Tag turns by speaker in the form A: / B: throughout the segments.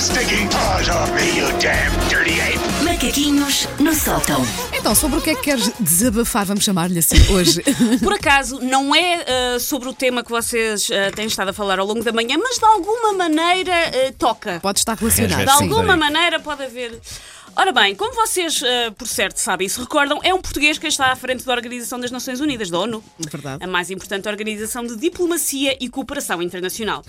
A: sticking paws off me, you damn dirty ape!
B: Macaquinhos no sótão.
C: Então, sobre o que é que queres desabafar, vamos chamar-lhe assim hoje?
D: Por acaso, não é ah, sobre o tema que vocês ah, têm estado a falar ao longo da manhã, mas de alguma maneira ah, toca.
C: Pode estar
D: De
C: relacionado.
E: Queres ver
C: É sim.
E: se-
D: alguma
E: Sim.
D: maneira pode haver. Ora bem, como vocês, ah, por certo, sabem e se recordam, é um português que está à frente da Organização das Nações Unidas, da ONU.
C: Verdade.
D: A mais importante organização de diplomacia e cooperação internacional.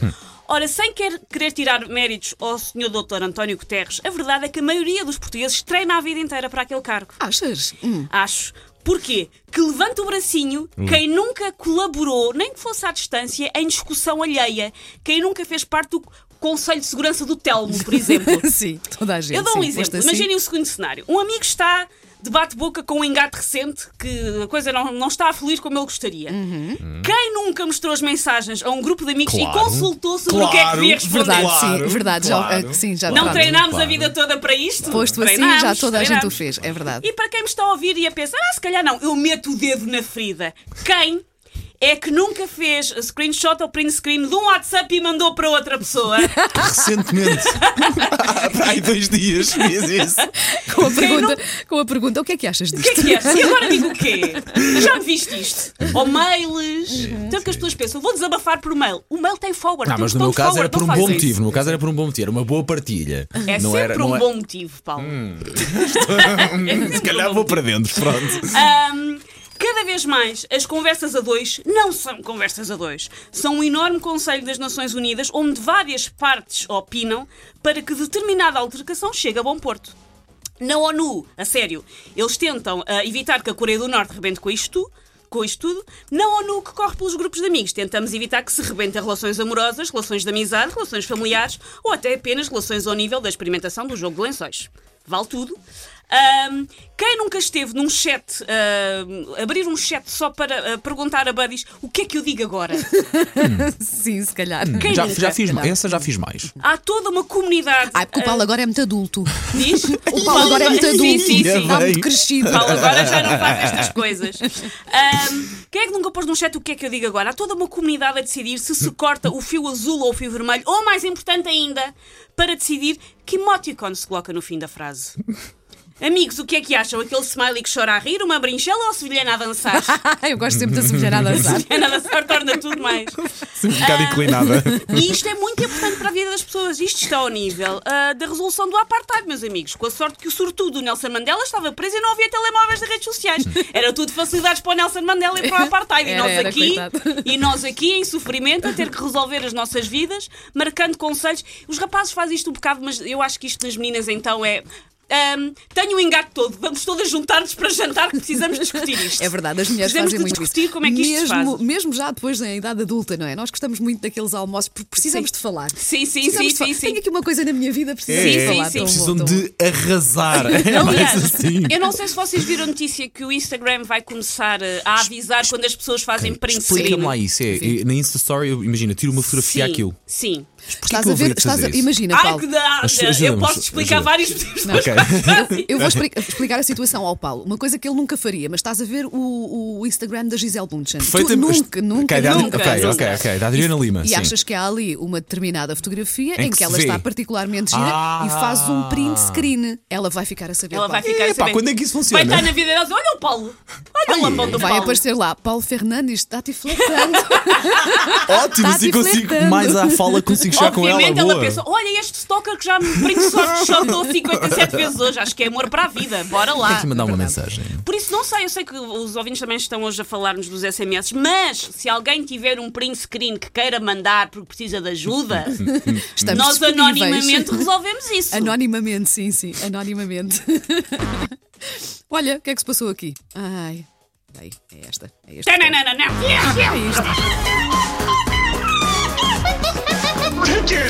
D: Ora, sem quer- querer tirar méritos ao Sr. Dr. António Guterres, a verdade é que a maioria dos portugueses treina a vida inteira para aquele cargo.
C: Achas? Hum.
D: Acho. Porquê? Que levanta o bracinho quem nunca colaborou, nem que fosse à distância, em discussão alheia. Quem nunca fez parte do Conselho de Segurança do Telmo, por exemplo.
C: Sim, toda a gente.
D: Eu dou um
C: sim,
D: exemplo.
C: posto assim.
D: Imaginem o seguinte cenário. Um amigo está de bate-boca com um engate recente, que a coisa não, não está a fluir como ele gostaria.
C: Uhum.
D: Quem nunca mostrou as mensagens a um grupo de amigos
E: Claro.
D: e consultou sobre o que é que devia responder?
C: Verdade,
E: Claro,
C: sim, verdade.
E: claro.
C: Já, ah, sim, já
D: Não
C: claro.
D: treinámos a
E: claro.
D: vida toda para isto?
C: Posto assim,
D: Treinámos,
C: já toda a gente o
D: treinámos.
C: fez, é verdade.
D: E para quem me está a ouvir e a pensar, ah, se calhar não, eu meto o dedo na ferida. Quem é que nunca fez a screenshot ou print screen de um WhatsApp e mandou para outra pessoa?
E: Recentemente. Para aí dois dias fiz isso.
C: Com, a
D: Quem não-
C: pergunta, com a pergunta, o que é que achas
D: O que é
C: disto?
D: que é? E agora digo o quê? Já me viste isto? Ou mails? Tanto que as pessoas pensam, vou desabafar por mail. O mail tem forward.
E: Não,
D: tem
E: mas
D: um
E: no meu
D: botão
E: caso era
D: forward,
E: por um
D: não
E: bom
D: fazem isso.
E: motivo. No meu caso era por um bom motivo. Era uma boa partilha.
D: É
E: não
D: sempre
E: era, não
D: um
E: é-
D: bom motivo, Paulo.
E: Se calhar vou para dentro, pronto.
D: Ahm, cada vez mais, as conversas a dois não são conversas a dois. São um enorme conselho das Nações Unidas onde várias partes opinam para que determinada altercação chegue a bom porto. Na ONU, a sério, eles tentam ah, evitar que a Coreia do Norte rebente com isto, com isto tudo. Na ONU, que corre pelos grupos de amigos, tentamos evitar que se rebentem relações amorosas, relações de amizade, relações familiares ou até apenas relações ao nível da experimentação do jogo de lençóis. Vale tudo. Ahm, quem nunca esteve num chat, ahm, abrir um chat só para ah, perguntar a buddies o que é que eu digo agora?
C: Sim, se calhar.
D: Quem
E: Já,
D: nunca?
E: já fiz mais. Essa já fiz mais.
D: Há toda uma comunidade.
C: Ai, porque o Paulo agora é muito adulto.
D: ah, diz?
C: O Paulo agora é muito adulto.
D: Sim, sim,
E: Ainda
D: sim.
C: Está
E: é bem.
C: muito crescido.
D: Paulo agora já não faz estas coisas. Ahm, quem é que nunca pôs num chat o que é que eu digo agora? Há toda uma comunidade a decidir se se corta o fio azul ou o fio vermelho, ou mais importante ainda, para decidir que emoticon se coloca no fim da frase. Amigos, o que é que acham? Aquele smiley que chora a rir, uma brinchela ou a sevilhana a dançar?
C: Eu gosto sempre da semelhança a dançar.
D: Sevilhana a dançar torna tudo mais.
E: Um bocado inclinada.
D: E isto é muito importante para a vida das pessoas. Isto está ao nível ah, da resolução do apartheid, meus amigos. Com a sorte que o sortudo Nelson Mandela estava preso e não havia telemóveis de redes sociais. Era tudo facilidades para o Nelson Mandela e para o apartheid. e,
C: Era,
D: nós
C: era,
D: aqui,
C: coitado.
D: e nós aqui, em sofrimento, a ter que resolver as nossas vidas, marcando conselhos. Os rapazes fazem isto um bocado, mas eu acho que isto nas meninas então é. ahm, tenho o engate todo, vamos todas juntar-nos para jantar que precisamos discutir isto.
C: É verdade, as mulheres
D: precisamos
C: fazem
D: de
C: muito
D: discutir
C: isso.
D: como é que isto se
C: mesmo,
D: faz.
C: mesmo já depois na idade adulta, não é? Nós gostamos muito daqueles almoços porque precisamos de falar.
D: Sim, sim,
C: Precisamos
D: sim,
C: de falar.
D: sim, sim.
C: Tenho aqui uma coisa na minha vida, precisamos
D: Sim,
C: de
D: sim,
C: falar.
D: sim.
C: Tão bom,
E: É, Precisam
C: tão bom.
E: de arrasar. É mais
D: Aliás,
E: assim.
D: eu não sei se vocês viram a notícia que o Instagram vai começar eh, a avisar quando as pessoas fazem print screen.
E: Explica-me lá isso. É, é, na Insta Story, eu- imagina, tiro uma fotografia
D: sim,
E: àquilo.
D: Sim.
E: Porquê
C: Estás
E: que eu
C: a ver?
E: haveria de
C: Estás a,
E: fazer isso?
C: imagina,
D: Ai, que
C: Paulo.
D: da,
E: As-
D: da- eu
E: ajuda-me,
D: posso explicar
E: ajuda-me.
D: vários tipos de
E: Ok.
C: Eu vou expli- explicar a situação ao Paulo. Uma coisa que ele nunca faria, mas estás a ver o, o Instagram da Gisele Bundchen. Tu
E: Perfeita-
C: nunca, nunca,
E: Ok, da-
C: nunca.
E: Ok, ok, ok. Da Adriana Lima.
C: E
E: sim.
C: achas que há ali uma determinada fotografia em,
E: que
C: que,
E: se
C: ela
E: vê.
C: está particularmente gira
E: Ah.
C: e faz um print screen. Ela vai ficar a saber.
D: Ela vai
C: Paulo.
D: ficar a
E: Epá,
D: saber.
E: quando é que isso
D: Vai
E: funciona?
D: estar na vida delas. Olha o Paulo. Olha o lambão do
C: Vai
D: Paulo.
C: aparecer lá, Paulo Fernandes está-te flertando. Está-te
E: Ótimo, assim consigo
C: flertando.
E: mais à fala, consigo chegar com ela.
D: Obviamente ela
E: boa.
D: pensa, olha este stalker que já me preguiçou, só dou 57 vezes hoje, acho que é amor para a vida, bora lá.
E: Tem que mandar uma mensagem.
D: Por isso, não sei, eu sei que os ouvintes também estão hoje a falar-nos dos SMS, mas se alguém tiver um print screen que queira mandar porque precisa de ajuda,
C: Estamos
D: nós
C: disponíveis.
D: anonimamente resolvemos isso.
C: Anonimamente, sim, sim, anonimamente. Olha, o que é que se passou aqui? Ai, bem, é esta, é esta.
D: Tananana.
C: É isto.
A: Take your